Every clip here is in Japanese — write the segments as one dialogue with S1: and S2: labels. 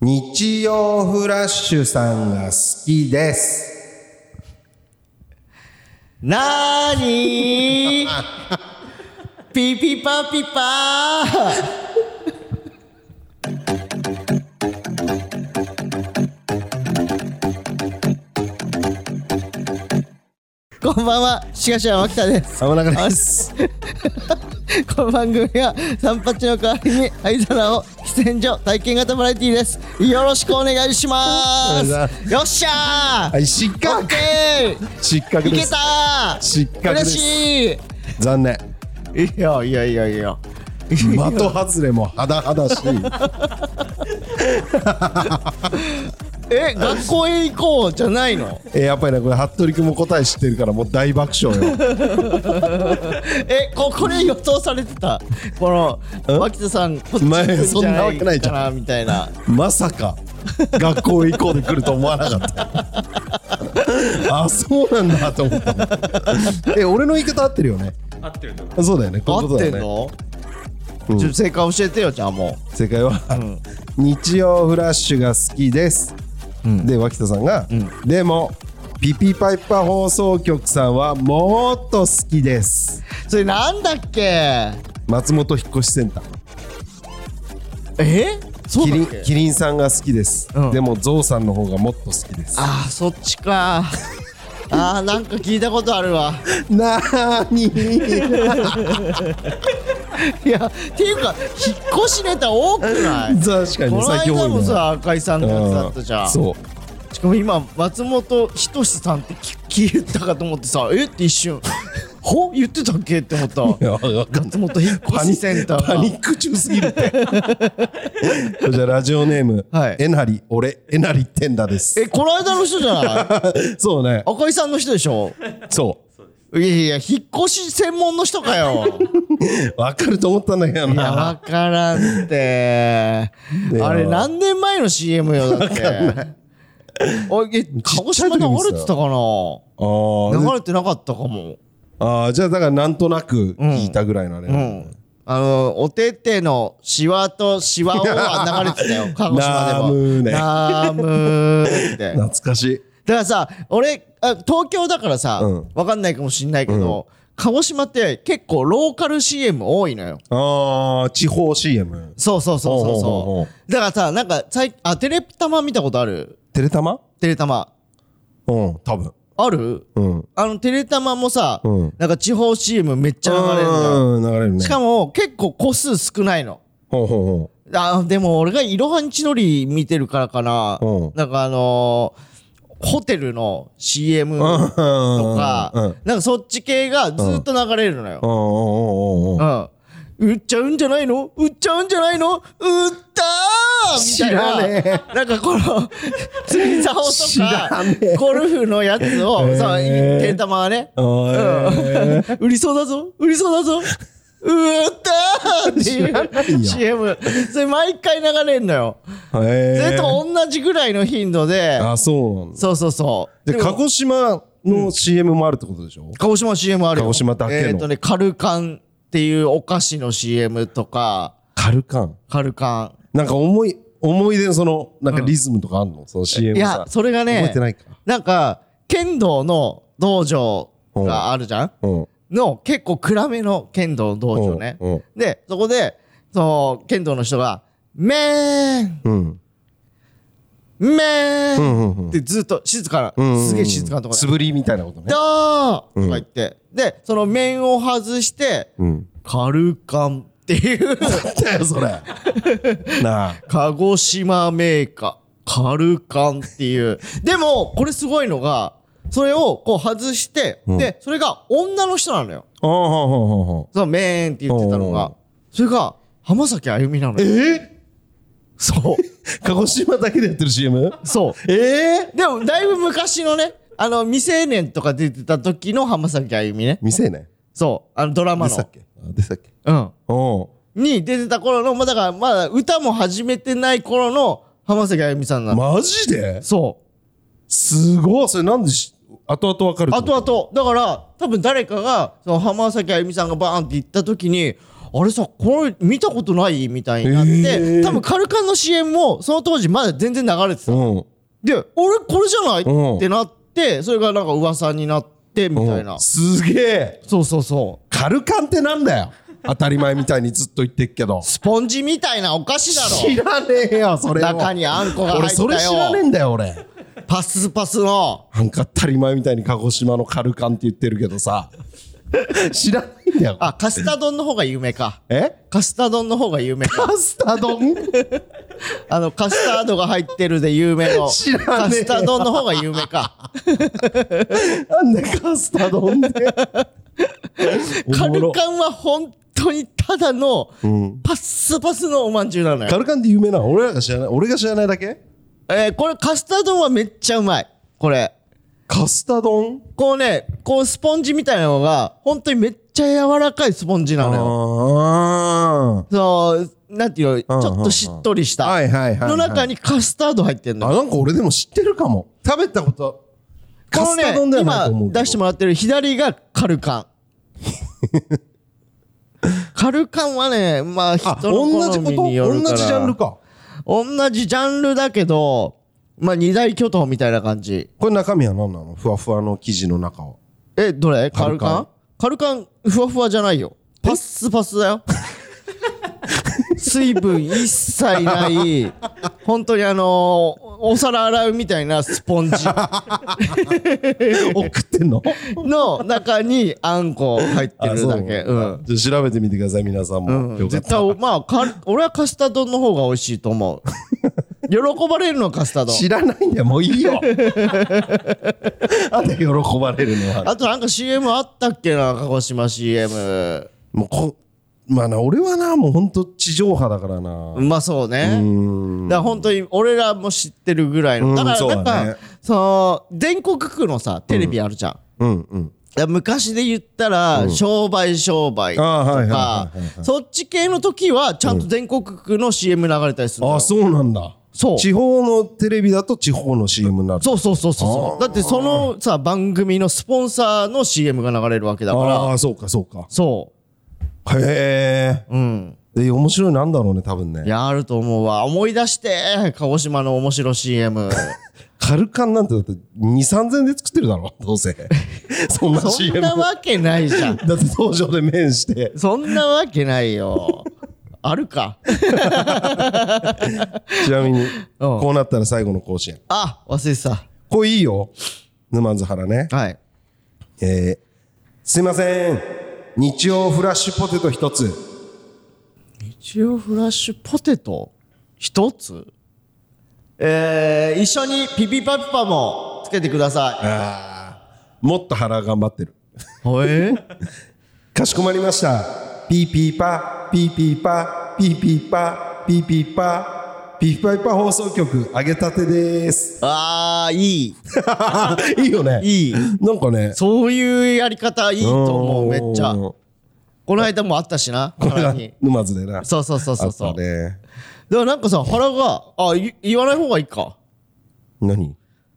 S1: 日曜フラッシュさんが好きです。
S2: なーにーピピパピパーこんばんは、しがしわきたです。
S1: さもなかです。
S2: この番組は三八の代わりに灰皿を喫煙所体験型バラエティーです。よろしくお願いしま。
S1: お願いします
S2: よっしゃー、
S1: はい、失
S2: オッ
S1: 格。
S2: ケー
S1: 失格
S2: い
S1: で
S2: け
S1: す
S2: た。ー
S1: 失格です
S2: 嬉しい
S1: 残念。
S2: いやいやいやいや。
S1: 的外れも甚 だしい。
S2: え、学校へ行こうじゃないの
S1: えーやっぱりね、これ、服部君も答え知ってるから、もう大爆笑 よ。
S2: え、ここれ予想されてた。この、脇田さん、こっち
S1: 前
S2: 行くじゃ
S1: そんなわけないじゃん
S2: かなみたいな。
S1: まさか、学校へ行こうで来ると思わなかった。あ、そうなんだと思ったもん。え、俺の言い方合ってるよね。
S3: 合ってると思う
S1: そうだよね。こういう
S2: 合
S1: こ
S2: っ
S1: とだよ
S2: てん
S1: ね。
S2: の
S1: うん
S2: ちょ正解教えてよ、じゃあも
S1: 正解は、日曜フラッシュが好きです、で脇田さんが、でもピピパイパ放送局さんはもっと好きです
S2: う。それなんだっけ
S1: 松本引越センター
S2: えそ
S1: キ
S2: うだ
S1: リン
S2: っけ
S1: キリンさんが好きです、
S2: うん
S1: でもゾウさんの方がもっと好きです
S2: ああ、そっちか。ああ、なんか聞いたことあるわ。
S1: なーに
S2: いや、っていうか、引っ越しネタ多くないこ
S1: 確かに
S2: の
S1: 最近多
S2: 間
S1: い
S2: も
S1: ね
S2: さ、赤井さんのやつだったじゃ
S1: うんん。そう
S2: しかも今松本人志さんって聞聞いたかと思ってさえって一瞬ほ言ってたっけって思った
S1: いやわかんない
S2: 松本引っ
S1: パ
S2: 越
S1: ニ
S2: しセンター
S1: パニック中すぎるって じゃあラジオネーム、
S2: はい
S1: えなり俺えなりてんだです
S2: えこの間の人じゃない
S1: そうね
S2: 赤井さんの人でしょ
S1: そう
S2: いやいや引っ越し専門の人かよ
S1: わかると思ったんだけど
S2: いや
S1: な。
S2: 分からんって
S1: で
S2: あれ何年前の CM よだっておいえ鹿児島流れてたかな
S1: あー
S2: 流れてなかったかも
S1: あー、じゃあだからなんとなく聞いたぐらいのあれ
S2: う
S1: なんだ。
S2: んあの、おててのしわとしわおは流れてた よ、鹿児島でも。
S1: ナームーね
S2: ナームー って。だか
S1: 懐かしい。
S2: らさ、俺、あ東京だからさ、
S1: うん
S2: わかんないかもしんないけど、鹿児島って結構ローカル CM 多いのよ。
S1: ああ、地方 CM。
S2: そうそうそうそう
S1: ほうほうほうほ
S2: そうう。だからさ、なんか、最あ、テレタマ見たことある
S1: テレタマ
S2: テレタマ。
S1: うん、多分。
S2: ある
S1: うん。
S2: あの、テレタマもさ、
S1: うん
S2: なんか地方 CM めっちゃ流れるのよ。
S1: うん、流れるね。
S2: しかも、結構個数少ないの。
S1: ほうほうほ
S2: あでも俺がいろはんちのり見てるからかな、
S1: うん
S2: なんかあのーホテルの CM
S1: う。うん
S2: とか、
S1: うん。うん
S2: なんかそっち系がずっと流れるのよ、
S1: うんうんうん
S2: う
S1: うん。
S2: ん売っちゃうんじゃないの売っちゃうんじゃないの売ったーみたいな
S1: 知らね
S2: なんかこの 釣り竿
S1: 知
S2: と
S1: ら
S2: か、
S1: ねえ
S2: ゴルフのやつを、
S1: へー
S2: さてんたまはね
S1: あーえー
S2: 売りそうだぞ売りそうだ ぞ売ったーって
S1: 知らない
S2: い
S1: よ
S2: う CM それ毎回流れんのよ
S1: え
S2: そ
S1: ー
S2: れと同じぐらいの頻度で、
S1: あ、そうなんだ。
S2: そうそうそう。
S1: で、鹿児島の CM もあるってことでしょ
S2: 鹿児島 CM あるよ。
S1: 鹿児島だけの
S2: えっ、とね、カルカンっていうお菓子の CM とか、
S1: カルカン。
S2: カルカ
S1: なんか思い、思い出のその、なんかリズムとかあんのその CM
S2: ン。い
S1: さ。
S2: や、それがね、
S1: 覚えてないか。
S2: なんか、剣道の道場があるじゃん
S1: うん。
S2: の、結構暗めの剣道の道場ね。
S1: うんうん
S2: で、そこで、その、剣道の人が、めーん
S1: うん。
S2: めーん、
S1: うんうん
S2: ってずっと静か
S1: う
S2: な、
S1: んうんうん
S2: すげえ静かなとこで
S1: 素、振りみたいなことね
S2: ど。ーとか言って、で、その面を外して、
S1: うん。
S2: カルカンっていう
S1: だよ、それ。 なあ。
S2: 鹿児島メーカーカルカンっていうでもこれすごいのがそれをこう外して、でそれが女の人なのよ
S1: ああ、ほうほうほうほ
S2: そのメーンって言ってた
S1: お
S2: の
S1: うおう
S2: がそれが浜崎あゆみなの
S1: う。
S2: よ
S1: え
S2: そ
S1: 鹿児島だけでやってる CM?
S2: う そう
S1: ええ
S2: でもだいぶ昔のねあの未成年とか出てた時の浜崎あゆみね
S1: 未成年
S2: そうあのドラマ
S1: でし
S2: の
S1: たっけあでしたっけ
S2: うん
S1: お
S2: に出てた頃のまあだからまだ歌も始めてない頃の浜崎あゆみさんな
S1: うん。
S2: の、
S1: マジで
S2: そう
S1: すごい。それなんでし、後々わかるって
S2: あ
S1: こと
S2: あとだから多分誰かがその浜崎あゆみさんがバーンって行った時にあれさこれ見たことないみたいになって、
S1: へー
S2: 多分カルカンの CM もその当時まだ全然流れてた、
S1: うん。
S2: で俺これじゃない、
S1: うん
S2: ってなってそれがなんか噂になってみたいな、
S1: うんすげえ
S2: そうそうそう
S1: カルカンってなんだよ当たり前みたいにずっと言ってっけど
S2: スポンジみたいなお菓子だ
S1: 知
S2: ろ
S1: らねえよそれを
S2: 中にあんこが入
S1: 俺
S2: ったよ
S1: それ知らねえんだよ俺
S2: パスパスの
S1: なんか当たり前みたいに鹿児島のカルカンって言ってるけどさ知らないんだよ
S2: あカスタ丼の方が有名か
S1: え
S2: カスタ丼の方が有名か
S1: パスタ丼
S2: あのカスタードが入ってるで有名 の
S1: 知らねえ
S2: カスタ丼の方が有名か
S1: なんでカスタ丼で
S2: カ
S1: おも
S2: ル
S1: ろ
S2: カンは本当にただのパッスパスのおまんじゅうなの
S1: カ
S2: よ、
S1: ルカンって有名なの俺らが知らない俺が知らないだけ
S2: えーこれカスタードはめっちゃうまいこれ
S1: カスタ丼
S2: こうねこうスポンジみたいなのが本当にめっちゃ柔らかいスポンジなのよ
S1: あ
S2: そうなんていうのち
S1: うんうんうん
S2: ょっとしっとりし
S1: あ
S2: た
S1: はいはいはい、はい、
S2: の中にカスタード入ってんのよ
S1: あなんか俺でも知ってるかも食べたことカ
S2: こ
S1: ス
S2: の
S1: タ
S2: ね
S1: 丼ではない
S2: 今
S1: と思うけど
S2: 出してもらってる左がカ ルカンカルカンはねまあ人
S1: あ
S2: の
S1: 同じ
S2: 好
S1: こ
S2: み
S1: と
S2: によるか
S1: 同
S2: ら
S1: じジャンルか
S2: 同じジャンルだけどまあ二大巨頭みたいな感じ
S1: これ中身は何なのふわふわの生地の中 は
S2: えどれカ
S1: カ
S2: ル
S1: ル
S2: カ
S1: カ
S2: ン
S1: ン
S2: カルカンふわふわじゃないよパッスパスだ よ水分一切ない本当にあのーお皿洗うみたいなスポンジ
S1: 送ってんの
S2: の中にあんこ入って
S1: あ
S2: る
S1: そう
S2: だけうん
S1: じゃあ調べてみてください皆さんも、よかっ
S2: 絶
S1: たら
S2: 対、まあか、俺はカスタードの方が美味しい と思う。喜ばれるのはカスタード。
S1: 知らないんだよもうい いよあんで喜ばれるのは
S2: あとなんか CM あったっけな、鹿児島 CM。
S1: もうこまあな俺はなもうほんと地上波だからな、
S2: うまそうね。
S1: うん
S2: だから本当に俺らも知ってるぐらいの。
S1: うん
S2: だからな
S1: そ
S2: ん
S1: うだ
S2: か
S1: ね、
S2: その、全国区のさ、テレビあるじゃん。
S1: うんうん
S2: だから昔で言ったら、商売商売と
S1: あーはい
S2: か
S1: はいはいはい、
S2: そっち系の時は、ちゃんと全国区の CM 流れたりするん
S1: あ
S2: だよ
S1: あそうなんだ
S2: そう
S1: 地方のテレビだと地方の CM になる
S2: そうそうそうそうそ
S1: あ
S2: う。だってそのさ、番組のスポンサーの CM が流れるわけだから。
S1: ああそうかそうか
S2: そ
S1: へ
S2: う。うん。
S1: えで面白いなんだろうね多分
S2: い
S1: ね
S2: や、あると思うわ。思い出して、鹿児島の面白 CM。
S1: カルカンなんてだって23000で作ってるだろどう せそんな
S2: そん
S1: CM だ
S2: なわけないじゃん。
S1: って登場で面して
S2: そんなわけないよ。あるか。
S1: ちなみ にこうなったら最後の甲子園
S2: あ、忘れて
S1: これいいよ沼津原ね
S2: た。はい。
S1: えー、すいません日曜フラッシュポテト一つ
S2: 一応フラッシュポテト一つえー、一緒にピピパピパもつけてくださ
S1: もっと腹頑張ってる
S2: い。え
S1: かしこまりましたピーピーパーピーピーパーピーピーパーピーピーパーピーピーパイパー放送局揚げたてです
S2: あー、いい。
S1: いいよね
S2: いい。
S1: なんかね
S2: そういうやり方いいと思う、めっちゃ。
S1: うん
S2: この間もあったしな、
S1: これ
S2: 腹
S1: が
S2: に。
S1: 沼津でな
S2: そうそうそうそうそう。
S1: あったね
S2: だからなんかさ、腹が、あ、い言わない方がいいか。
S1: 何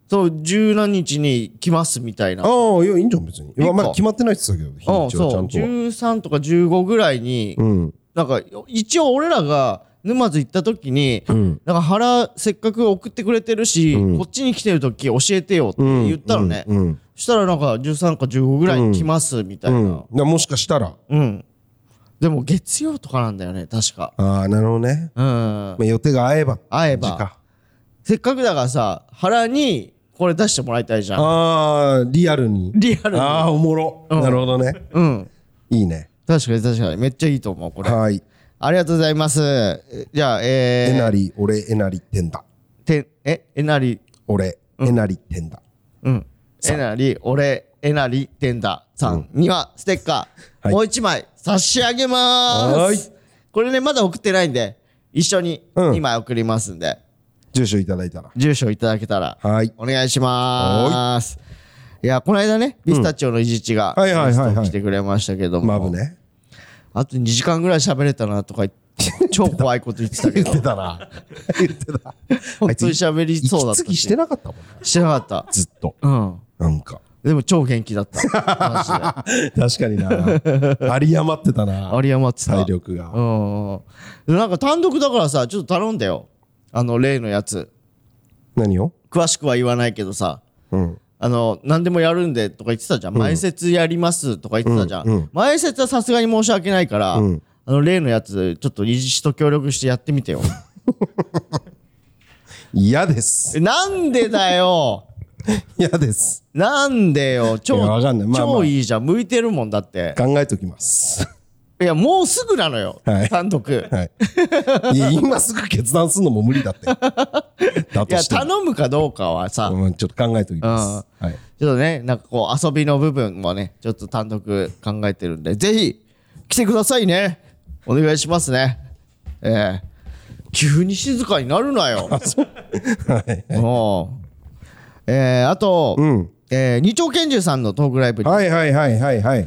S2: そう、十何日に来ますみたいな。
S1: ああいやいいんじゃん別にい
S2: いい
S1: や
S2: か
S1: まだ決まってないって言ってたけど日
S2: うん、
S1: にちはち
S2: そ
S1: ゃ
S2: う。
S1: んとは
S2: 13とか15ぐらいに、
S1: うん
S2: なんか、一応俺らが沼津行った時に、なんか腹せっかく送ってくれてるし、こっちに来てる時教えてよって言ったのね。
S1: うん
S2: そしたらなんか13か15ぐらいに来ますみたいな。
S1: うんだからもしかしたら
S2: うん、でも月曜とかなんだよね、確か。
S1: ああなるほどね
S2: うん。
S1: まあ予定が合えば
S2: 会えば
S1: 時間
S2: せっかくだからさ、腹にこれ出してもらいたいじゃん。
S1: ああリアルに
S2: リアルに。
S1: ああおもろなるほどね
S2: うん。
S1: いいね
S2: 確かに確かに。めっちゃいいと思う、これ。
S1: はい
S2: ありがとうございます。えじゃあ、え
S1: え
S2: ー、
S1: なり俺えなりってんだ
S2: て、え、えなり、
S1: 俺えなりってんだ
S2: うん。えなり、俺、えなり、てんださんには、ステッカー、
S1: はい
S2: もう一枚差し上げま
S1: は
S2: ー
S1: ー
S2: す
S1: い。
S2: これね、まだ送ってないんで、一緒に
S1: うん
S2: 今送りますんで、
S1: 住所いただいたら
S2: 住所いただけたら、
S1: はい
S2: お願いしまーす。いや、この間ね、ビスタチオのいじちが、
S1: はいはいはいはい
S2: ゲスト来てくれましたけども、
S1: マブね
S2: あと2時間ぐらい喋れたなとか言って、超怖いこと言っ てたけ
S1: 言
S2: ど
S1: っ、てたな言ってた
S2: 本当に喋りそうだった
S1: 息継ぎしてなかったもんな
S2: してなかった。
S1: ずっと
S2: うん。
S1: なんか
S2: でも超元気だった。マジで。
S1: 確かに な。あり余ってたな。
S2: 有り余ってた。
S1: 体力が。
S2: うんうんうん。なんか単独だからさ、ちょっと頼んだよ。あの、例のやつ。
S1: 何を
S2: 詳しくは言わないけどさ、
S1: うん。
S2: あの、何でもやるんでとか言ってたじゃん。前説やりますとか言ってたじゃん。
S1: うんうん
S2: 前説はさすがに申し訳ないから、
S1: うん
S2: あの、例のやつ、ちょっと、西と協力してやってみてよ。
S1: 嫌です。
S2: えなんでだよ
S1: 嫌です。
S2: なんでよ超、
S1: いやわかんないまあまあ
S2: 超いいじゃん。向いてるもんだって。
S1: 考えときます。
S2: いや、もうすぐなのよ。
S1: はい
S2: 単独。
S1: はい。い や、今すぐ決断するのも無理だ って。だと
S2: いや、
S1: しても。
S2: 頼むかどうかはさ、
S1: うん、ちょっと考えておきます。はい。
S2: ちょっとね、なんかこう遊びの部分もね、ちょっと単独考えてるんで、ぜひ来てくださいね。お願いしますね。ええ急に静かになるなよ。
S1: はい。
S2: もう。ええあと、
S1: ん
S2: ええ二丁拳銃さんのトークライブに。
S1: はいはいはいはいはい。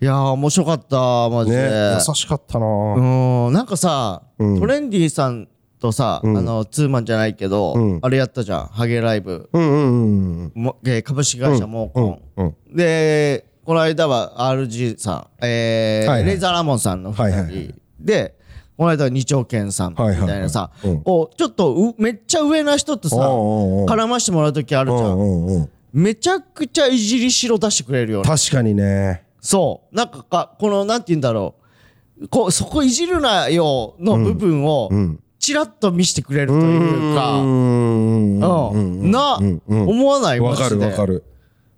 S2: いやー、面白かった、マジで。
S1: ね、優しかったな
S2: う
S1: ぁ。
S2: ん、なんかさ、
S1: うん
S2: トレンディさんとさ、あの、ツーマンじゃないけど、
S1: うん
S2: あれやったじゃん、ハゲライブ。
S1: うんうんうん。
S2: もえー株式会社モーコン。
S1: うん。
S2: でこの間は RG さん、えー
S1: はいはい
S2: レイザーラモンさんの2人、
S1: はいはいはい
S2: でこの間は二丁拳さんみたいな
S1: は
S2: さ、
S1: いはいはいうん
S2: をちょっとうめっちゃ上の人とさ
S1: おうおうおう
S2: 絡ましてもらう時ある
S1: う
S2: じゃん
S1: んうんうん。
S2: めちゃくちゃいじりしろ出してくれるよね
S1: 確かにね。
S2: そうなんかかこのなんて言うんだろうこうそこいじるなよの部分を
S1: ん
S2: ちらっと見せてくれるというか、
S1: う
S2: うん
S1: ん。
S2: な、
S1: うんうん
S2: 思わない
S1: わかるわか
S2: る
S1: る。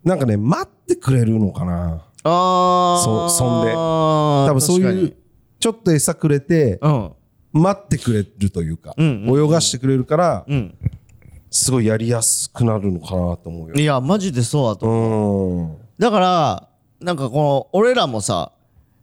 S1: なんかね、待ってくれるのかな。
S2: ああ
S1: そうそんで多分そういう、ちょっと餌くれて、
S2: うん
S1: 待ってくれるというか、
S2: ん
S1: 泳がしてくれるから、
S2: ん
S1: すごいやりやすくなるのかなと思うよ。
S2: いやマジでそうだと思う
S1: うん。
S2: だからなんかこの俺らもさ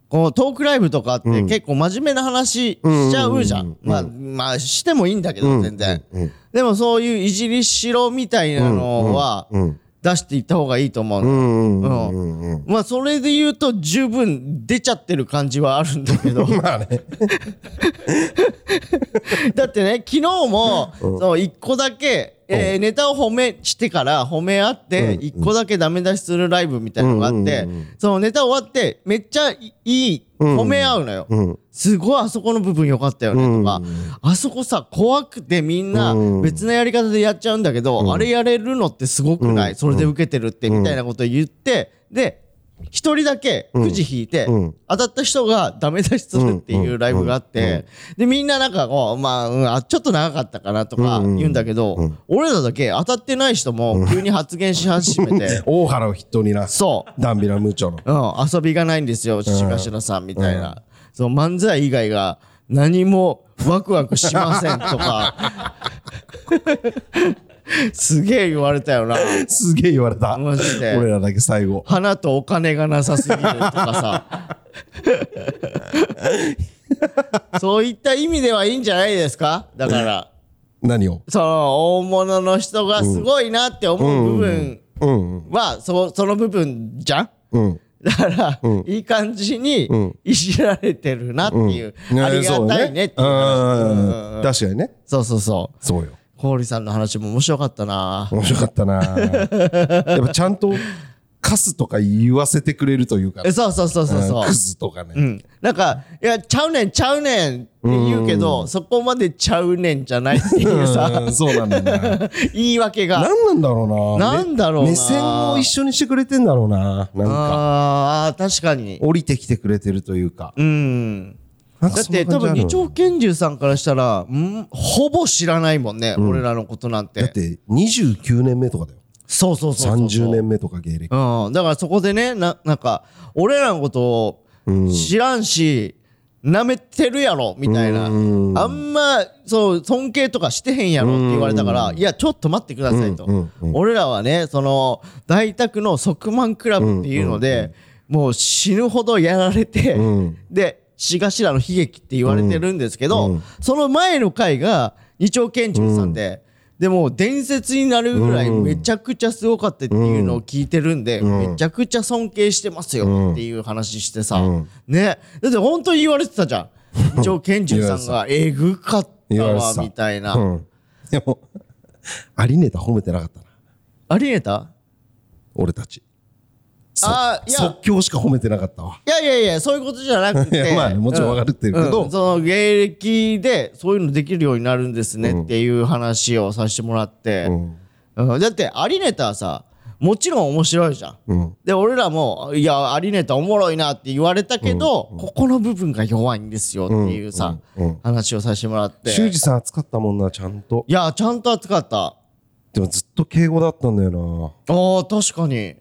S2: このトークライブとかって結構真面目な話しちゃうじゃん,、まあまあしてもいいんだけど全然、
S1: うんうん
S2: でもそういういじりしろみたいなのは
S1: うん。
S2: 出していった方がいいと思う
S1: う
S2: の、
S1: んうんうんうん。
S2: まあそれで言うと十分出ちゃってる感じはあるんだけど
S1: まあね。
S2: だってね昨日もそう一個だけ、えーネタを褒めしてから褒め合って一個だけダメ出しするライブみたいなのがあって、
S1: うんうん
S2: そのネタ終わってめっちゃいい褒め合うのよ、
S1: うん。
S2: すごいあそこの部分良かったよねとか、あそこさ怖くてみんな
S1: うん
S2: 別のやり方でやっちゃうんだけど、あれやれるのってすごくない、それで受けてるってみたいなこと言ってで一人だけくじ引いて、
S1: うん
S2: 当たった人がダメ出しするっていうライブがあって、でみんななんかこうまあ,、うん、あちょっと長かったかなとか言うんだけど、俺らだけ当たってない人も急に発言し始め て、
S1: 大原を筆頭にな。
S2: そう
S1: ダンビラムーチョの。
S2: うん、遊びがないんですよ、しがしらさんみたいな。その漫才以外が何もワクワクしませんとか。 すげえ言われたよな。
S1: すげえ言われた。
S2: マジで
S1: 俺らだけ最後。
S2: 花とお金がなさすぎるとか さ。そういった意味ではいいんじゃないですかだから、
S1: 何を
S2: その大物の人がすごいなって思う部分
S1: うんうん。
S2: は、そその部分じゃん
S1: うん。
S2: だから、いい感じにいじられてるなっていう、ありがたいねって
S1: そうね
S2: いう話うん
S1: うん確かにね。
S2: そうそうそう
S1: そうよ。
S2: 氷さんの話も面白かったな
S1: 面白かったなやっぱちゃんと、カスとか言わせてくれるというか。
S2: えそうそうそうそうそう
S1: クズとか
S2: う
S1: ね。
S2: ん、なんか「いやちゃうねんちゃうねん」って言うけどそこまで「ちゃうねん」じゃないっていうさ
S1: うんそうなんだよな。
S2: 言い訳が
S1: 何なんだろうな。
S2: なんだろうな
S1: 目線を一緒にしてくれてんだろうな。なんか、
S2: あーあー確かに
S1: 降りてきてくれてるというか。
S2: うん
S1: だ
S2: だって多分二丁拳銃さんからしたらんほぼ知らないもんね、俺らのことなんて
S1: だって29年目とかだよ。
S2: そうそうそうそうそう
S1: 30年目とか芸歴。
S2: うん、だからそこでねななんか俺らのことを知らんし、舐めてるやろみたいな、
S1: うん
S2: あんまそう尊敬とかしてへんやろって言われたから、いやちょっと待ってくださいと、
S1: うん
S2: 俺らはねその大宅の側満クラブっていうので、もう死ぬほどやられて、
S1: うん
S2: で死頭の悲劇って言われてるんですけど、その前の回が二丁拳銃さんで、でも伝説になるぐらいめちゃくちゃすごかったっていうのを聞いてるんで、めちゃくちゃ尊敬してますよっていう話してさ、ねだって本当に言われてたじゃん二丁拳銃さんがえぐかった
S1: 言われて
S2: わ
S1: た
S2: みたいな、
S1: うん。でも、ありねた褒めてなかったな。
S2: ありえた
S1: 俺たち。そ
S2: あーいや
S1: 即興しか褒めてなかったわ。
S2: いやいやいや、そういうことじゃなく
S1: いや
S2: て。
S1: まあねもちろんわかってるけど
S2: うんその芸歴でそういうのできるようになるんですねっていう話をさせてもらって。うんだって、アリネタはさ、もちろん面白いじゃん。
S1: うん。
S2: で、俺らも、いや、アリネタおもろいなって言われたけど、ここの部分が弱いんですよっていうさ、
S1: うんうん
S2: 話をさせてもらって。
S1: 修二さん熱かったもんな、ちゃんと。
S2: いや、ちゃんと熱かった。
S1: でもずっと敬語だったんだよな。
S2: ああ、確かに。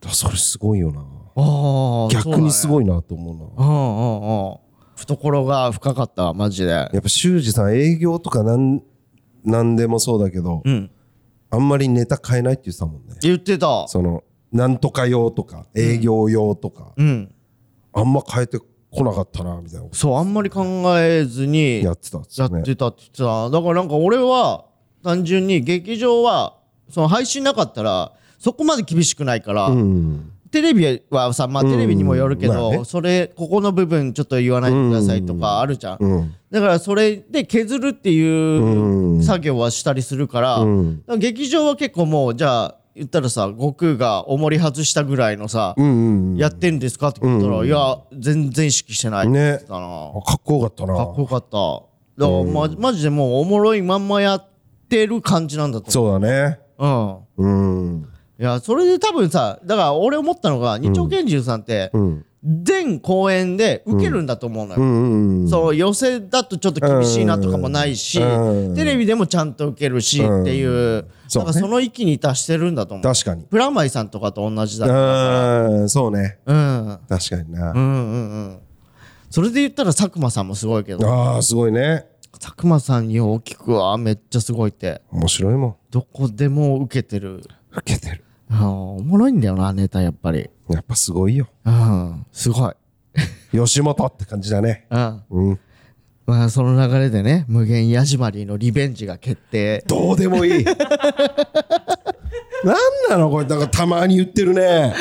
S1: だからそれすごいよな。
S2: ああ、
S1: 逆にす
S2: い。
S1: ごいなと思うな。
S2: うんうんうん。懐が深かった、マジで。
S1: やっぱ修二さん営業とかなん、なんでもそうだけど、
S2: うん。
S1: あんまりネタ変えないって言ってたもんね。
S2: 言ってた。
S1: その、なんとか用とか、営業用とか、
S2: うん。
S1: あんま変えてこなかったな、みたいなこ
S2: そう、あんまり考えずに
S1: とや
S2: や
S1: ってたっつってね。
S2: ってたって言ってた。だからなんか俺は、単純に劇場は、その配信なかったら、そこまで厳しくないから、
S1: うん。
S2: テレビはさ、まあテレビにもよるけ
S1: ま
S2: ど、
S1: あね
S2: それ、ここの部分ちょっと言わないでくださいとかあるじゃん。
S1: うん。
S2: だからそれで削るって
S1: う
S2: いうん作業はしたりするから、
S1: ん
S2: だから劇場は結構もう、じゃあ、言ったらさ、悟空が重り外したぐらいのさ、
S1: うんうん
S2: やってんですかって聞いたら、いや、全然意識してないって言ってたな。
S1: うん。かっこよかったな。
S2: かっこよかっただからまマジでもうおもろいまんまやってる感じなんだと
S1: そうだね。
S2: 思う
S1: うん。
S2: うんいやそれで多分さだから俺思ったのが二丁拳銃さんって
S1: うん。
S2: 全公演で受けるんだと思うの
S1: う
S2: よ
S1: ん。
S2: そう寄せだとちょっと厳しいなとかもないし
S1: うん
S2: テレビでもちゃんと受けるしっていう
S1: そ
S2: な
S1: うんね
S2: かその域に達してるんだと思う
S1: 確かに。
S2: プラマイさんとかと同じだから
S1: うん。そうね。
S2: うん
S1: 確かにな。
S2: うんうんうんそれで言ったら佐久間さんもすごいけど
S1: ああ、すごいね。
S2: 佐久間さんよう聞くわめっちゃすごいって
S1: 面白いもん。
S2: どこでも受けてる
S1: 受けてる。
S2: あのおもろいんだよなネタやっぱり
S1: やっぱすごいよ。
S2: うんすごい、
S1: 吉本って感じだね。
S2: うん、
S1: うん。
S2: まあその流れでね無限ヤジマリーのリベンジが決定
S1: どうでも いい。なんなのこれ、なんかたまに言ってるね。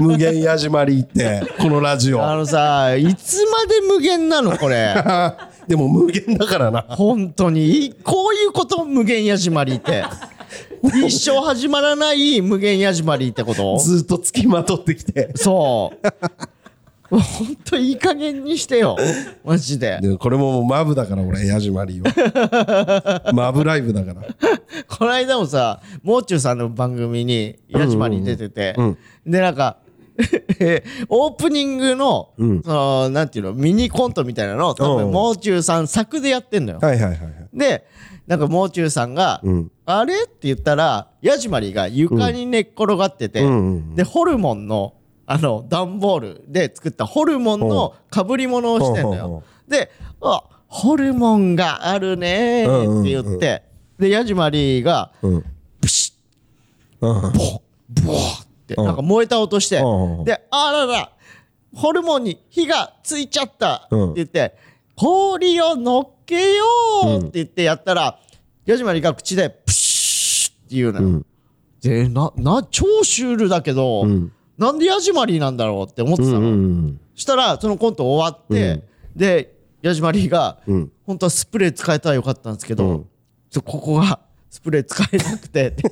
S1: 無限やじまりって、このラジオ。
S2: あのさいつまで無限なのこれ
S1: でも無限だからな。
S2: 本当にいこういうこと無限ヤジマリーって一生始まらない無限ヤジマリーってこと
S1: ずっとつきまとってきて。
S2: そう本当いい加減にしてよマジで
S1: でこれももうマブだから俺ヤジマリー はマブライブだから
S2: この間もさもう中さんの番組に矢島に出てて、でなんか オープニングの、そのなんていうのミニコントみたいなのを多
S1: うんう
S2: 分
S1: ん
S2: もう中さん作でやってんのよ、
S1: はいはいはいはい
S2: でなんかもう中さんが「
S1: うん
S2: あれ?」って言ったら矢島りが床に寝っ転がってて、
S1: うんうんうん
S2: でホルモンのあの段ボールで作ったホルモンのかぶり物をしてんだ
S1: ほうほう
S2: よ
S1: ほ。
S2: で「あホルモンがあるね」って言って、
S1: うんうんうん
S2: で矢島りが
S1: うん
S2: プシ
S1: うん
S2: ッブワーって
S1: ん
S2: なんか燃えた音して、
S1: うんうん
S2: で「あららホルモンに火がついちゃった」って
S1: うん
S2: 言って「氷を乗っけよう」って言ってやったら矢島りが口で「プシッ」って言うのよ。でなな超シュールだけど、なんでヤジマリーなんだろうって思ってたの、
S1: うん
S2: したらそのコント終わって、でヤジマリーが、
S1: ん
S2: 本当はスプレー使えたらよかったんですけど、ちょここがスプレー使えな くてって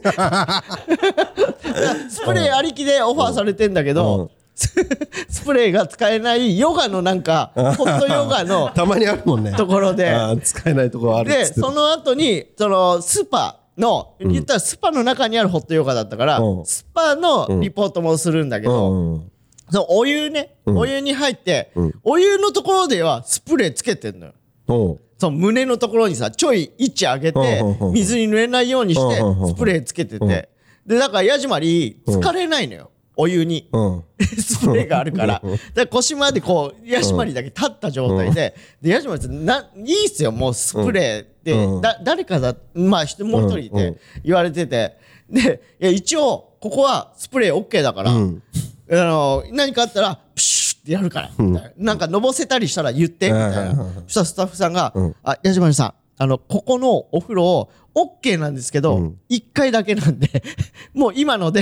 S2: スプレーありきでオファーされてんだけ
S1: う
S2: ど、
S1: ん
S2: スプレーが使えないヨガのなんかホットヨガの
S1: たまにあるもんね
S2: ところで
S1: あー使えないとこあるっ
S2: で
S1: つって
S2: その後にそのスパの言ったらスパの中にあるホットヨガだったから、
S1: うん
S2: スパのリポートもするんだけ
S1: う
S2: ど、
S1: んうん
S2: そのお湯ね、お湯に入って、お湯のところではスプレーつけてんのよ。
S1: うん
S2: その胸のところにさちょい位置上げて
S1: うんうんうん
S2: 水に濡れないようにして
S1: うんうんうん
S2: スプレーつけててでだから矢島り疲れないのよお湯に
S1: うん
S2: スプレーがあるからで腰までこう矢島りだけ立った状態でで矢島りさんないいっすよもうスプレーって
S1: うん
S2: だ誰かだまあひともう一人い
S1: うんう
S2: て言われててでいや一応ここはスプレー OK だから
S1: うん
S2: あの何かあったらプシュッってやるからみたいな,、ん、かのぼせたりしたら言ってみたいな、
S1: うん
S2: そしたらスタッフさんが「あ矢島さんあのここのお風呂を OK なんですけど、一1回だけなんで もう今ので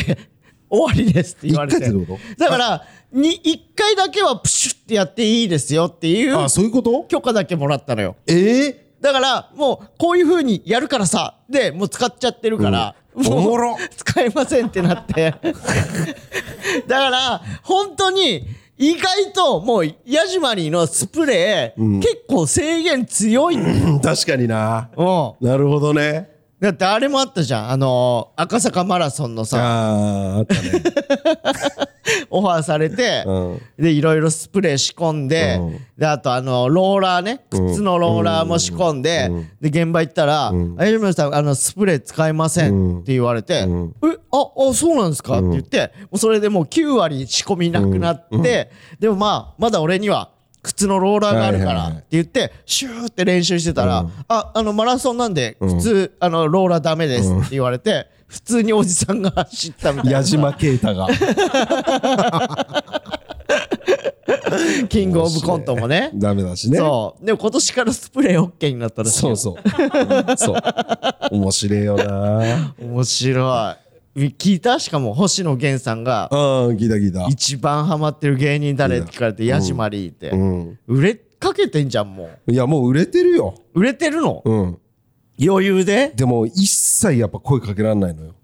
S2: 終わりです」って言われて
S1: 一回ってどういうこ
S2: だからに1回だけはプシュッってやっていいですよっていう
S1: あそういうこと
S2: 許可だけもらったのよ
S1: ええ
S2: だからもうこういう風にやるからさでもう使っちゃってるから、
S1: おもろ
S2: 使えませんってなって だから本当に意外ともうヤジマリーのスプレー、結構制限強いんだよ、
S1: うん確かにな
S2: うん
S1: なるほどね
S2: だってあれもあったじゃんあのー赤坂マラソンのさ
S1: あーあったね
S2: オファーされて、
S1: うん
S2: でいろいろスプレー仕込んで、
S1: うん
S2: であとあのローラーね靴のローラーも仕込んで、で現場行ったら「あゆみさんあのスプレー使いません」って言われて「えああそうなんですか?」って言ってもうそれでもう9割仕込みなくなって、でもまあまだ俺には。靴のローラーがあるか
S1: はいはい
S2: らっ
S1: はい
S2: て言ってシューって練習してたら「ああのマラソンなんで靴あのローラーダメです」って言われて普通におじさんが走ったみたいな
S1: 矢島啓太 が
S2: キングオブコントもね。
S1: ダメだしね
S2: そう。でも今年からスプレーオッケーになったらしい
S1: そう
S2: よ。
S1: そううんそう面白いよな
S2: 面白い。聞いたしかも星野源さんが
S1: うん聞いた聞いた
S2: 一番ハマってる芸人誰って聞かれてヤジマリーって。
S1: うん
S2: 売れかけてんじゃんも
S1: いやもう売れてるよ
S2: う。売れてるの
S1: うん
S2: 余裕で
S1: でも一切やっぱ声かけらんないのよ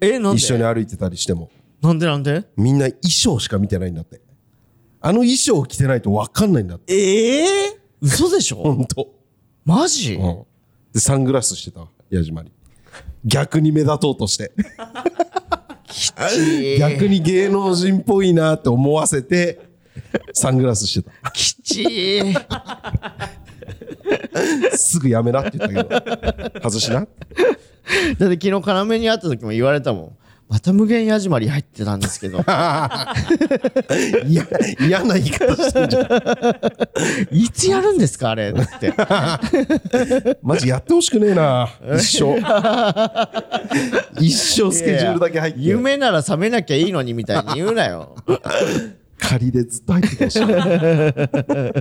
S2: え、なん
S1: 一緒に
S2: で
S1: 歩いてたりしても
S2: なんでなんで
S1: みんな衣装しか見てないんだってあの衣装を着てないと分かんないんだって
S2: ええ嘘でし
S1: ほ
S2: ょ
S1: んと
S2: マジ
S1: うんでサングラスしてた矢島に逆に目立とうとして
S2: えー
S1: 逆に芸能人っぽいなって思わせてサングラスしてた
S2: きち い。
S1: すぐやめなって言ったけど外しな
S2: だって昨日要に会った時も言われたもん。また無限ヤジマリー入ってたんですけ ど。
S1: いや嫌な言い方してんじゃん
S2: いつやるんですかあれって。
S1: マジやってほしくねえな一生一生スケジュールだけ入って
S2: いやいや夢なら覚めなきゃいいのにみたいに言うな よ
S1: 仮でずっと入っててほしいう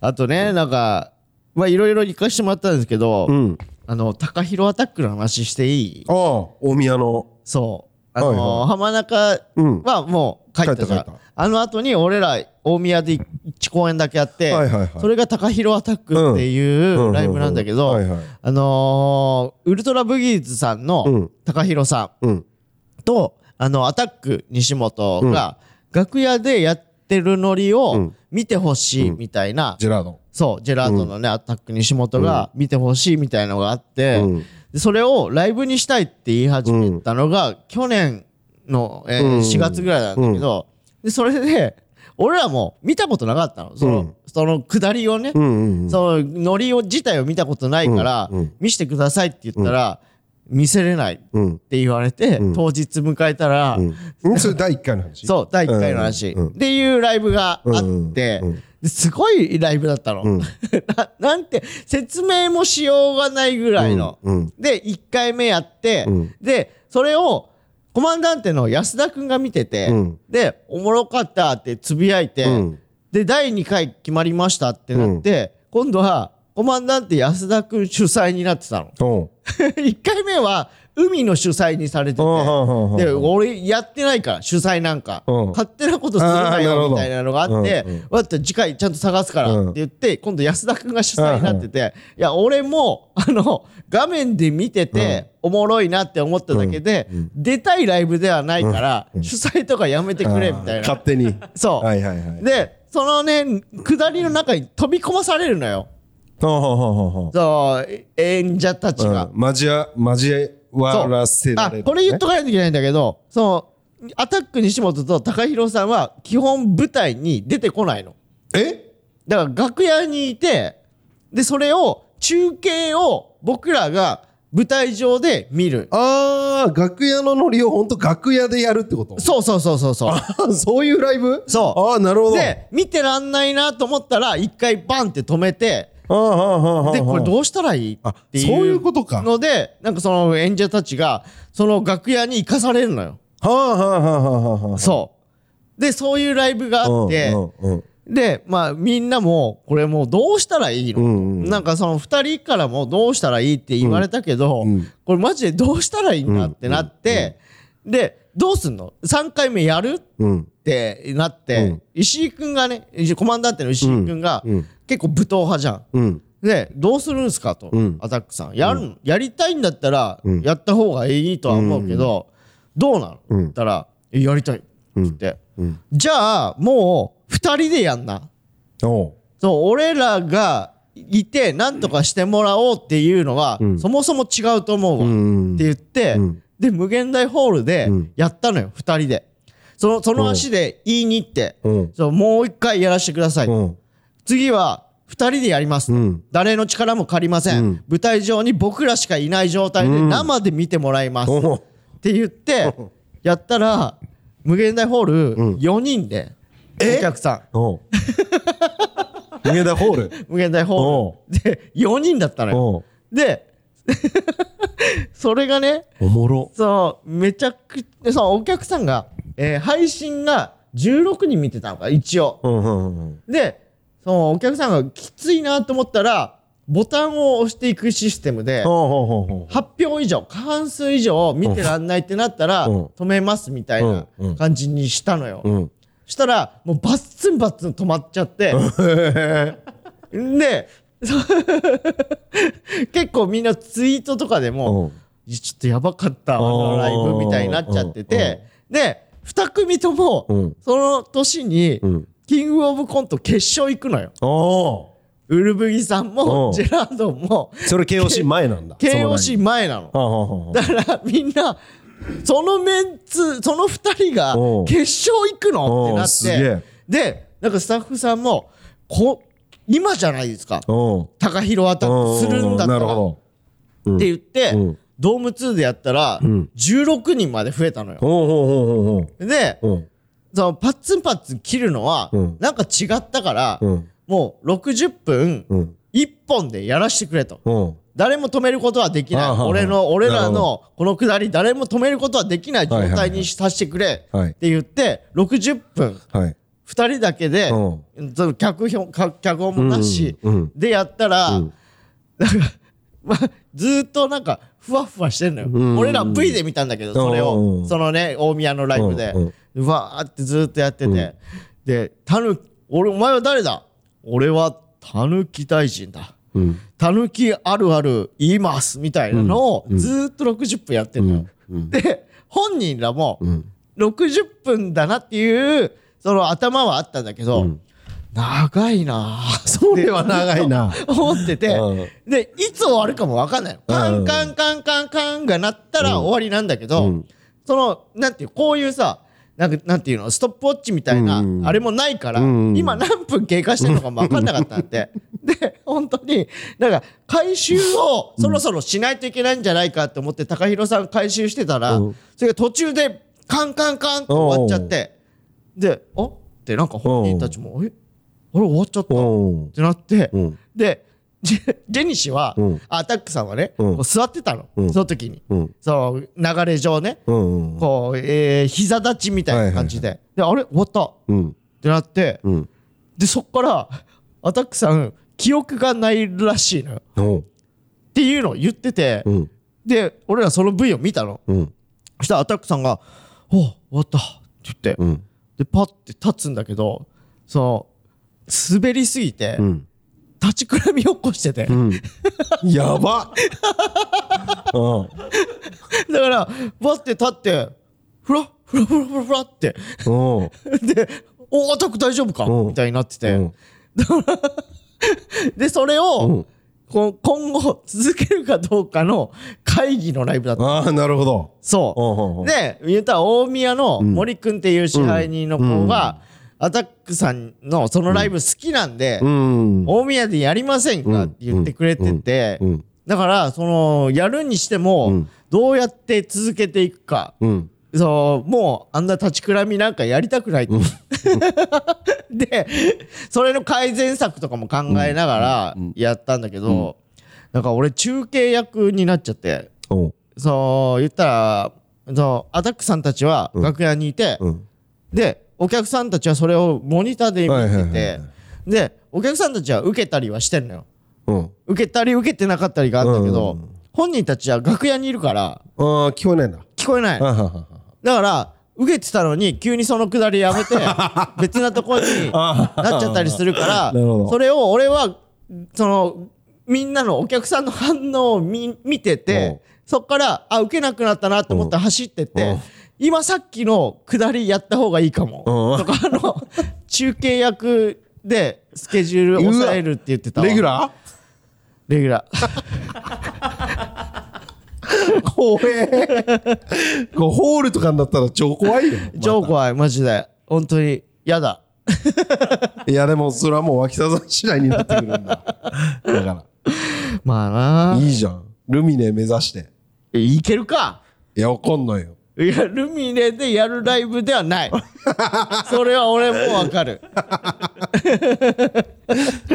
S2: あとねなんかまあいろいろ行かしてもらったんですけど、
S1: ん
S2: あの高弘アタックの話していい
S1: ああ大宮の
S2: そうあの、
S1: はいは
S2: 浜中
S1: うん
S2: はもう帰ったじゃん、
S1: 帰った帰った
S2: あの後に俺ら大宮で1公演だけあって、
S1: はいはいはい
S2: それが高弘アタックってい
S1: うん
S2: うライブなんだけど、
S1: うんうんうんはいはい
S2: あのーウルトラブギーズさん
S1: う
S2: の
S1: ん
S2: 高弘さん、
S1: うん
S2: とあのアタック西本が楽屋でやってるノリを見てほしいみたいな、
S1: ジェラード
S2: そうジェラートのね、アタック西本が見てほしいみたいのがあって、
S1: うん
S2: でそれをライブにしたいって言い始めたのが、去年の、えー
S1: うん
S2: 4月ぐらいなんだけど、でそれで俺らも見たことなかったのその,、
S1: うん
S2: その下りをね、
S1: うんうんうん
S2: そのノリを自体を見たことないから、
S1: うんうん
S2: 見せてくださいって言ったら、見せれない
S1: うん
S2: って言われて、当日迎えたら、
S1: うんそれ第一回の話
S2: そう第1回の話、
S1: うん
S2: っていうライブがあって、
S1: うんうんうん
S2: ですごいライブだったの、 ななんて説明もしようがないぐらいの、
S1: うんうん
S2: で1回目やって、
S1: うん
S2: でそれをコマンダンテの安田君が見てて、
S1: うん
S2: でおもろかったってつぶやいて、
S1: うん
S2: で第2回決まりましたってなって、今度はコマンダンテ安田君主催になってたの。
S1: うん
S2: 1回目は海の主催にされてて
S1: うんうんうんうん
S2: で俺やってないから主催なんか
S1: うん
S2: 勝手なことするな
S1: あーなるほ
S2: よ
S1: ど
S2: みたいなのがあって
S1: うんうん
S2: 「わかった次回ちゃんと探すから」
S1: うん
S2: って言って今度安田君が主催になってていや俺もあの 画面で見てておもろいなって思っただけで出たいライブではないから主催とかやめてくれみたいな
S1: 勝手に
S2: そう
S1: はいはいはい
S2: でそのね下りの中に飛び込まされるのよ
S1: ほうほうほうほうほう
S2: そう演者たちが
S1: うん。交わ交わらせられる、
S2: あこれ言っとかないといけないんだけどそのアタック西本と高弘さんは基本舞台に出てこないの
S1: え
S2: だから楽屋にいてでそれを中継を僕らが舞台上で見る
S1: ああ楽屋のノリを本当楽屋でやるってこと
S2: そうそうそうそう そう
S1: うそういうライブ
S2: そう
S1: ああなるほど
S2: で見てらんないなと思ったら一回バンって止めて
S1: ああああああ
S2: でこれどうしたらいい
S1: あ
S2: っていう
S1: そういうことか
S2: のでなんかその演者たちがその楽屋に行かされるのよ
S1: はあはあはあはあはあ
S2: そうでそういうライブがあって、
S1: うんうんうん
S2: で、まあみんなも、これもうどうしたらいいの、
S1: うんうん
S2: なんかその二人からもどうしたらいいって言われたけど、これマジでどうしたらいいんだってなって、で、どうすんの ?3 回目やる
S1: うん
S2: ってなって、石井くんがね、石井コマンダンテの石井くんが、
S1: うん
S2: 結構武闘派じゃん。
S1: うん
S2: でどうするんすかと、
S1: うん
S2: アタックさんやるん、やりたいんだったら、やった方がいいとは思うけど、どうなの、
S1: ん
S2: 言ったら「えやりたい」って言って、
S1: うん
S2: じゃあもう2人でやんな
S1: おう
S2: そう俺らがいて何とかしてもらおうっていうのは、そもそも違うと思うわ、
S1: うん
S2: って言って、
S1: ん
S2: で無限大ホールでやったのよ、2人でそのその足で言いに行って、
S1: うん
S2: そうもう一回やらせてください、
S1: うん
S2: 次は2人でやります、
S1: ん
S2: 誰の力も借りません、舞台上に僕らしかいない状態で生で見てもらい ます、
S1: お
S2: っ
S1: う
S2: て言ってやったら無限大ホール4人で、お客さ
S1: おう無限大ホール
S2: ん無限大ホールで4人だったのよ
S1: おう
S2: で それがね
S1: おもろ
S2: そうめちゃくちゃそうお客さんが、えー配信が16人見てたのか一応
S1: うんうんうん
S2: でそのお客さんがきついなと思ったらボタンを押していくシステムで
S1: ほうほうほうほ
S2: 8票以上過半数以上見てらんないってなったら
S1: うん
S2: 止めますみたいな
S1: うんうん
S2: 感じにしたのよ
S1: ううん
S2: したらもうバッツンバッツン止まっちゃって でそう 結構みんなツイートとかで
S1: う
S2: も
S1: ん
S2: いやちょっとやばかったあのライブみたいになっちゃっててで2組とも
S1: うん
S2: その年に
S1: ん
S2: キングオブコント決勝行くのよ
S1: おう
S2: ウルブギさん
S1: う
S2: も
S1: ん
S2: ジェラードンも
S1: それ KOC 前なんだ
S2: KOC 前なの
S1: はあはあはあはあ
S2: だからみんなそのメンツその2人が
S1: うん
S2: 決勝行くのって
S1: う
S2: なん
S1: すげ
S2: っ
S1: え
S2: てでなんかスタッフさんもこ今じゃないですか
S1: おう
S2: 高弘アタックするんだった
S1: なる
S2: ら
S1: ほ
S2: って言って、
S1: うん
S2: ドーム2でやったら、16人まで増えたのよ
S1: ど。おうおうおうおう
S2: で、
S1: おう
S2: そのパッツンパッツン切るのは、
S1: うん
S2: なんか違ったから、
S1: うん
S2: もう60分、
S1: うん
S2: 1本でやらしてくれと。
S1: うんうん
S2: 誰も止めることはできない。
S1: あーはーはー
S2: 俺の、俺ら
S1: なる
S2: の、このくだり、誰も止めることはできない状
S1: はいはい
S2: 態
S1: は
S2: にさせてくれ。
S1: はい
S2: って言って、60分、
S1: はい
S2: 2人だけで、
S1: うん
S2: その脚本か脚本もなし、
S1: うんうん
S2: でやったら、なんか、まあ、ずーっとなんかふわふわしてんのよ、
S1: ん
S2: 俺ら V で見たんだけどそれを、
S1: うんうんうん
S2: そのね大宮のライブで、
S1: う
S2: うんわーってずーっとやってて、でたぬ俺お前は誰だ俺はたぬき大臣だ
S1: うん
S2: たぬきあるある言いますみたいなのをずーっと60分やってんのよ、で本人らも、
S1: うん
S2: 60分だなっていうその頭はあったんだけど、長いなあそれは
S1: 長いな
S2: 思ってて、
S1: う
S2: でいつ終わるかも分かんないのカ
S1: うん
S2: ンカンカンカンカンが鳴ったら終わりなんだけど、
S1: うん
S2: そのなんていうこういうさなんかなんていうのストップウォッチみたいな、
S1: うん
S2: あれもないから、
S1: うん
S2: 今何分経過してるのかも分かんなかったんで で本当になんか回収をそろそろしないといけないんじゃないかって思って高弘さん回収してたら、
S1: うん
S2: それが途中でカンカンカンって終わっちゃってで「あってなんか本人たちも「えあれ終わっちゃった」っ
S1: おう
S2: てなって、
S1: うん
S2: でジェジェニシは、
S1: うん
S2: アタックさんはね、
S1: うん
S2: こう座ってたの、
S1: うん
S2: その時に、
S1: うん
S2: その流れ上ね
S1: うんうん
S2: こう、えー膝立ちみたいな感じで、であれ終わったっ
S1: うん
S2: てなって、
S1: うん
S2: でそっからアタックさん記憶がないらしいのよっ
S1: おう
S2: ていうのを言ってて、
S1: うん
S2: で俺らその V を見たの
S1: うん
S2: そしたらアタックさんが「お終わった」って言って、
S1: うん
S2: でパッて立つんだけどその滑りすぎて、
S1: うん
S2: 立ちくらみ起こしてて、
S1: やばうん
S2: だからバッて立ってフラフラフラフラフラって
S1: うん
S2: で「おアタック大丈夫か?」
S1: うん
S2: みたいになってて、
S1: うん
S2: でそれを、
S1: うん
S2: こう今後続けるかどうかの会議のライブだった
S1: ああなるほど
S2: そう
S1: おうおうおう
S2: で言ったら大宮の森君っていう支配人の子が、アタックさんのそのライブ好きなんで、
S1: うん
S2: 大宮でやりませんかって言ってくれてて、
S1: うん
S2: だからそのやるにしても、
S1: ん
S2: どうやって続けていくか、
S1: うん
S2: そうもうあんな立ちくらみなんかやりたくないと、 でそれの改善策とかも考えながらやったんだけど、なんか俺中継役になっちゃって
S1: おう
S2: そう言ったらそうアタックさんたちは楽屋にいて、
S1: うん
S2: でお客さんたちはそれをモニターで見てて、
S1: はいはいはいは
S2: でお客さんたちは受けたりはしてんのよ
S1: うん
S2: 受けたり受けてなかったりがあったけど、
S1: うん
S2: 本人たちは楽屋にいるから
S1: ああ聞こえないな
S2: 聞こえないの
S1: ははは
S2: だから受けてたのに急にそのくだり やめて 別なところになっちゃったりするから
S1: なるほど
S2: それを俺はそのみんなのお客さんの反応を見見てて、そっから、あ、受けなくなったなと思ったら走ってっ
S1: う
S2: て
S1: ん、
S2: 今さっきの下りやった方がいいかも。
S1: うん
S2: とか、あの、 中継役でスケジュール抑えるって言ってたわ
S1: レギュラー
S2: レギュラ ー。
S1: 怖え こうホールとかになったら超怖いよ
S2: 超怖い、マジで。本当に、やだ。
S1: いやでもそれはもう脇田さん次第になってくるんだだか
S2: まあな
S1: らいいじゃんルミネ目指して
S2: えいけるか
S1: いやわかんないよ
S2: いや、ルミネでやるライブで はない。それは俺もわかる。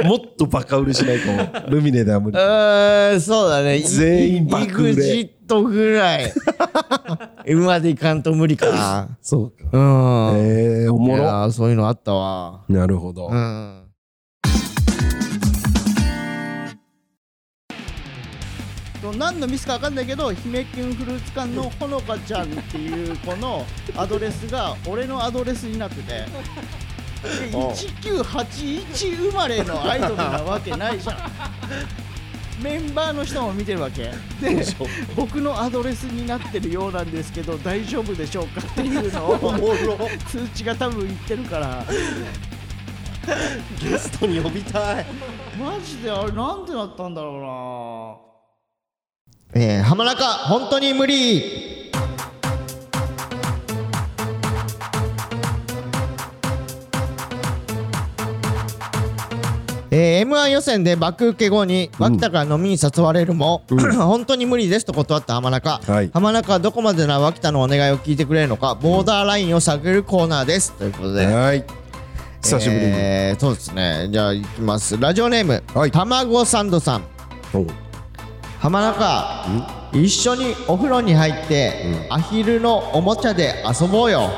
S1: もっとバカ売れしないとルミネでは無理
S2: うーん、そうだね。
S1: 全員爆売れ
S2: EXIT ぐら い。までいかんと無理かな。
S1: そうか
S2: うん。
S1: えー、おも
S2: い
S1: ろ
S2: やーそういうのあったわ。
S1: なるほど、
S2: うん。何のミスか分かんないけど姫きんフルーツ館のほのかちゃんっていう子のアドレスが俺のアドレスになっててで
S1: おう
S2: 1981生まれのアイドルなわけないじゃんメンバーの人も見てるわけで僕のアドレスになってるようなんですけど大丈夫でしょうかってい うのを 通知が多分言ってる から
S1: ゲストに呼びたい
S2: マジであれなんでなったんだろうなえー、浜中本当に無理えー、m 1予選で爆受け後に脇田から飲みに誘われるも、 本当に無理ですと断った浜中、
S1: はい
S2: 浜中はどこまでなら脇田のお願いを聞いてくれるのかボーダーラインを探るコーナーですということで、
S1: はい久しぶりに、
S2: えーそうですねじゃあいきますラジオネーム、
S1: はい
S2: たまごサンドさん
S1: おう
S2: 浜中一緒にお風呂に入って、アヒルのおもちゃで遊ぼうよ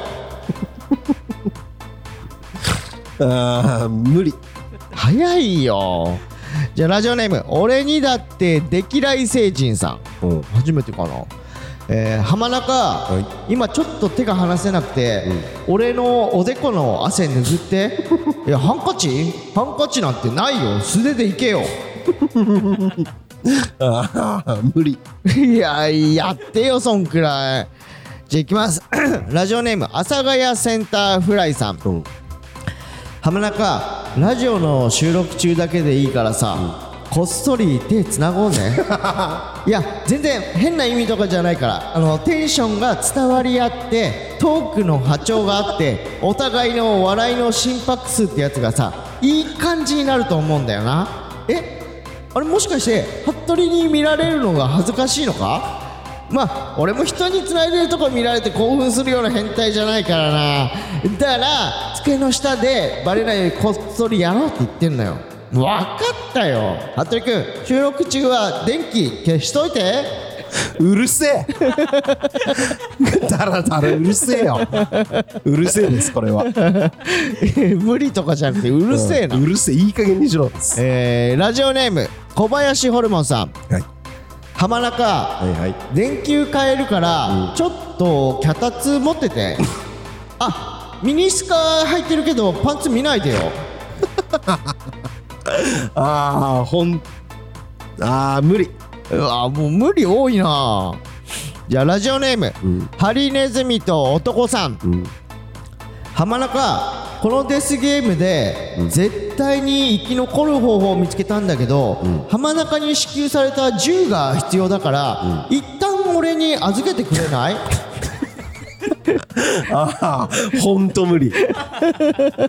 S1: あー無理
S2: 早いよじゃあラジオネーム俺にだってできない星人さん
S1: うん
S2: 初めてかな、えー浜中、
S1: は
S2: 今ちょっと手が離せなくて、俺のおでこの汗拭っていやハンカチハンカチなんてないよ素手でいけよ
S1: ああ無理
S2: いや、やってよ、そんくらい。じゃあ、いきます。 ラジオネーム、阿佐ヶ谷センターフライさん。
S1: うん
S2: 浜中、ラジオの収録中だけでいいからさ、こっそり手つなごうね。いや、全然変な意味とかじゃないから、あの、テンションが伝わり合って、トークの波長があって、お互いの笑いの心拍数ってやつがさ、いい感じになると思うんだよな。えあれもしかして、服部に見られるのが恥ずかしいのかまあ俺も人に繋いでるとこ見られて興奮するような変態じゃないからなだから机の下でバレないようにこっそりやろうって言ってんのよ分かったよ服部君収録中は電気消しといて
S1: うるせえだらだらうるせえようるせえですこれは
S2: 無理とかじゃなくてうるせえな、
S1: うんうるせえいい加減にしろは
S2: えーラジオネーム小林ホルモンさん
S1: い
S2: 浜中、
S1: はいはい
S2: 電球変えるから、ちょっと脚立持って てあミニスカ履いてるけどパンツ見ないでよ
S1: ああほんああ無理
S2: うわもう無理多いなじゃあラジオネーム、
S1: ん
S2: ハリネズミと男さん、
S1: ん
S2: 浜中このデスゲームで、絶対に生き残る方法を見つけたんだけど、浜中に支給された銃が必要だから、一旦俺に預けてくれない
S1: ああほんと無理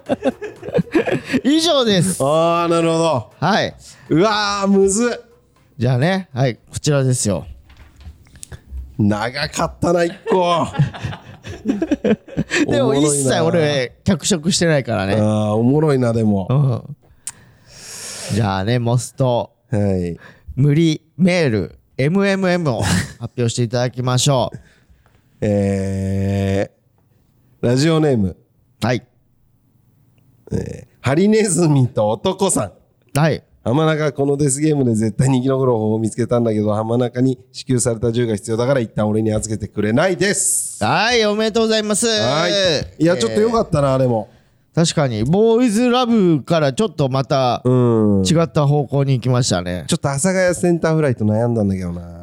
S2: 以上です
S1: ああなるほど
S2: はいう
S1: わーむずっ
S2: じゃあねはいこちらですよ
S1: 長かったな一個
S2: でも
S1: おろいな
S2: 一切俺脚色してないから
S1: あ
S2: ね、
S1: あおもろいなでも
S2: うん、じゃあねモスト
S1: はい
S2: 無理メール MMM を発表していただきましょ
S1: えー、ラジオネーム
S2: うはい
S1: ハリネズミと男さん
S2: はい
S1: 浜中このデスゲームで絶対に生き残る方法を見つけたんだけど浜中に支給された銃が必要だから一旦俺に預けてくれないです
S2: はいおめでとうございます
S1: はいいやちょっとよ
S2: っ
S1: かったなあれも
S2: 確かにボーイズラブからちょっとまた
S1: うん
S2: 違った方向に行きまし たね、
S1: ちょっと阿佐ヶ谷センターフライと悩んだんだけどな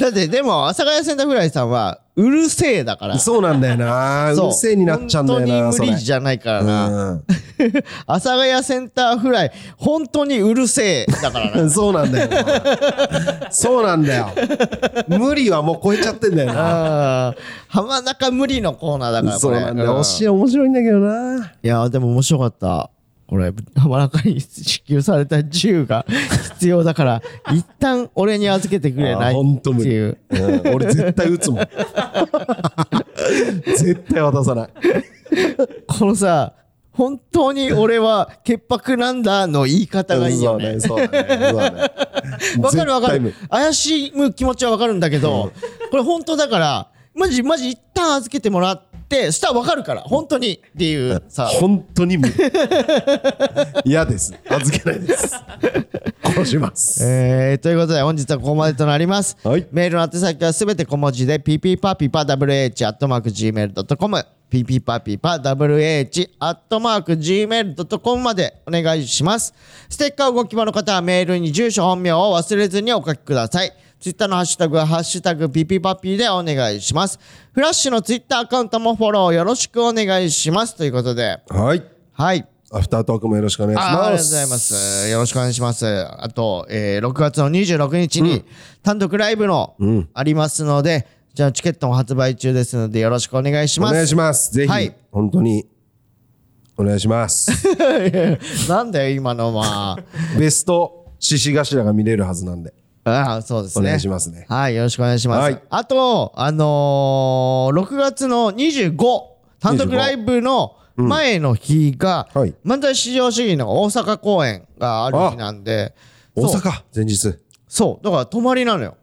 S2: だってでも阿佐ヶ谷センターフライさんはうるせえだから
S1: そうなんだよなう
S2: そう
S1: るせえになっちゃうんだよな
S2: 本
S1: そ
S2: 当
S1: れ
S2: に無理じゃないからな
S1: うん
S2: 阿佐ヶ谷センターフライ本当にうるせえだから な
S1: そうなん だよなそうなんだよ無理はもう超えちゃってんだよな
S2: あー浜中無理のコーナーだから
S1: そ
S2: こ
S1: う
S2: れ
S1: なんだよ
S2: うん
S1: 推しは面白いんだけどない
S2: やーでも面白かったこれ浜中に支給された銃が 必要だから一旦俺に預けてくれない
S1: あーほん
S2: って
S1: と無理
S2: いう
S1: うん俺絶対打つ もん絶対渡さない
S2: このさ本当に俺は潔白なんだの言い方がいいよね
S1: そうだねそうだねそうだね
S2: わかるわか
S1: 絶対無理
S2: る怪しむ気持ちはわかるんだけどこれ本当だからマジマジ一旦預けてもらってしたらわかるから本当にっていうさ
S1: 本当に無理嫌です預けないです殺します
S2: えー、ということで本日はここまでとなります、
S1: はい
S2: メールの宛先はすべて小文字で ppppwh.gmail.com ppppwh.gmail.com までお願いしますステッカーをご希望の方はメールに住所本名を忘れずにお書きくださいツイッターのハッシュタグはハッシュタグピピパピでお願いしますフラッシュのツイッターアカウントもフォローよろしくお願いしますということで
S1: はい
S2: はい
S1: アフタートークもよろしくお願いします
S2: あありがとうございます。よろしくお願いします。あと、えー6月の26日に単独ライブのありますので、じゃあチケットも発売中ですのでよろしくお願いし
S1: お
S2: ます。
S1: 願いしますぜひ、
S2: はい
S1: 本当にお願いします
S2: なんだよ、今 のま
S1: ベスト獅子頭が見れるはずなんで
S2: あ。ああ、そうです
S1: お
S2: ね。
S1: 願いしますね
S2: はい、よろしくお願いします。
S1: はい
S2: あと、あのー6月の25、単独ライブの前の日が、
S1: はい
S2: 漫才至上主義の大阪公演がある日なんで、
S1: 大
S2: そう
S1: 阪前日
S2: そう、だから泊まりなのよ。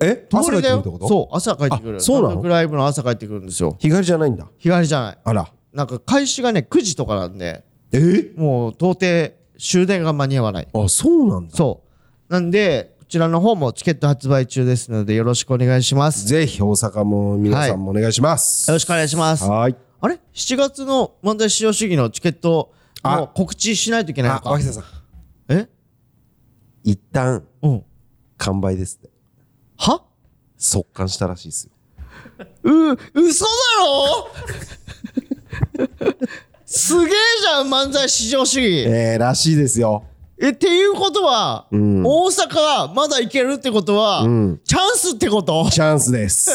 S1: え
S2: 泊まりだ
S1: 朝
S2: よ
S1: 帰ってくるってことう
S2: そう朝帰ってくる
S1: あそうなの
S2: 単独ライブの朝帰ってくるんですよ
S1: 日帰りじゃないんだ
S2: 日帰りじゃない
S1: あら
S2: なんか開始がね9時とかなんで
S1: え
S2: もう到底終電が間に合わない
S1: あそうなんだ
S2: そうなんでこちらの方もチケット発売中ですのでよろしくお願いします
S1: ぜひ大阪も皆さんもお願いします、
S2: よろしくお願いします
S1: はーい
S2: あれ7月の漫才至上主義のチケット
S1: あ
S2: もう告知しないといけないの
S1: あ
S2: か
S1: 脇田さん
S2: え
S1: 一旦
S2: うん
S1: 完売ですって
S2: は
S1: 速完したらしいですよ
S2: う、嘘だろ すげえじゃん漫才至上主義
S1: えー、らしいですよ
S2: えっていうことは、大阪まだ行けるってことは、チャンスってこと
S1: チャンスです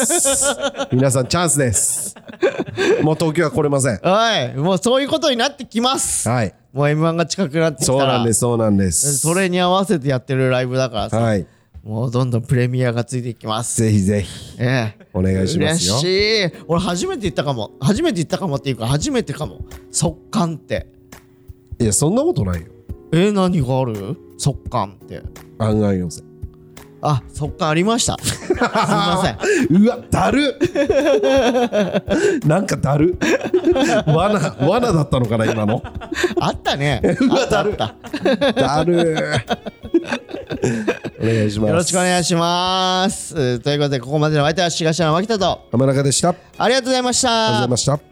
S1: 皆さんチャンスですもう東京は来れません
S2: はいもうそういうことになってきます
S1: はい
S2: もう m 1が近くなってきた
S1: そう
S2: ら
S1: なんですそうなんです
S2: それに合わせてやってるライブだからさ、
S1: はい
S2: もうどんどんプレミアがついていきます
S1: ぜひぜひ
S2: ええ
S1: お願いしますよ
S2: 嬉しい俺初めて行ったかも初めて行ったかもっていうか初めてかも速乾って
S1: いやそんなことないよ
S2: え何がある速乾って
S1: 案外温泉
S2: あ速乾ありました すいません
S1: うわだる なんかだる罠罠だったのかな今の
S2: あった ねあったあった
S1: だ るお願いします
S2: よろしくお願いします。ということで、ここまでのお相手は、しがしの脇田と、
S1: 浜中でしたあり
S2: ありがとうございました。
S1: がとうございました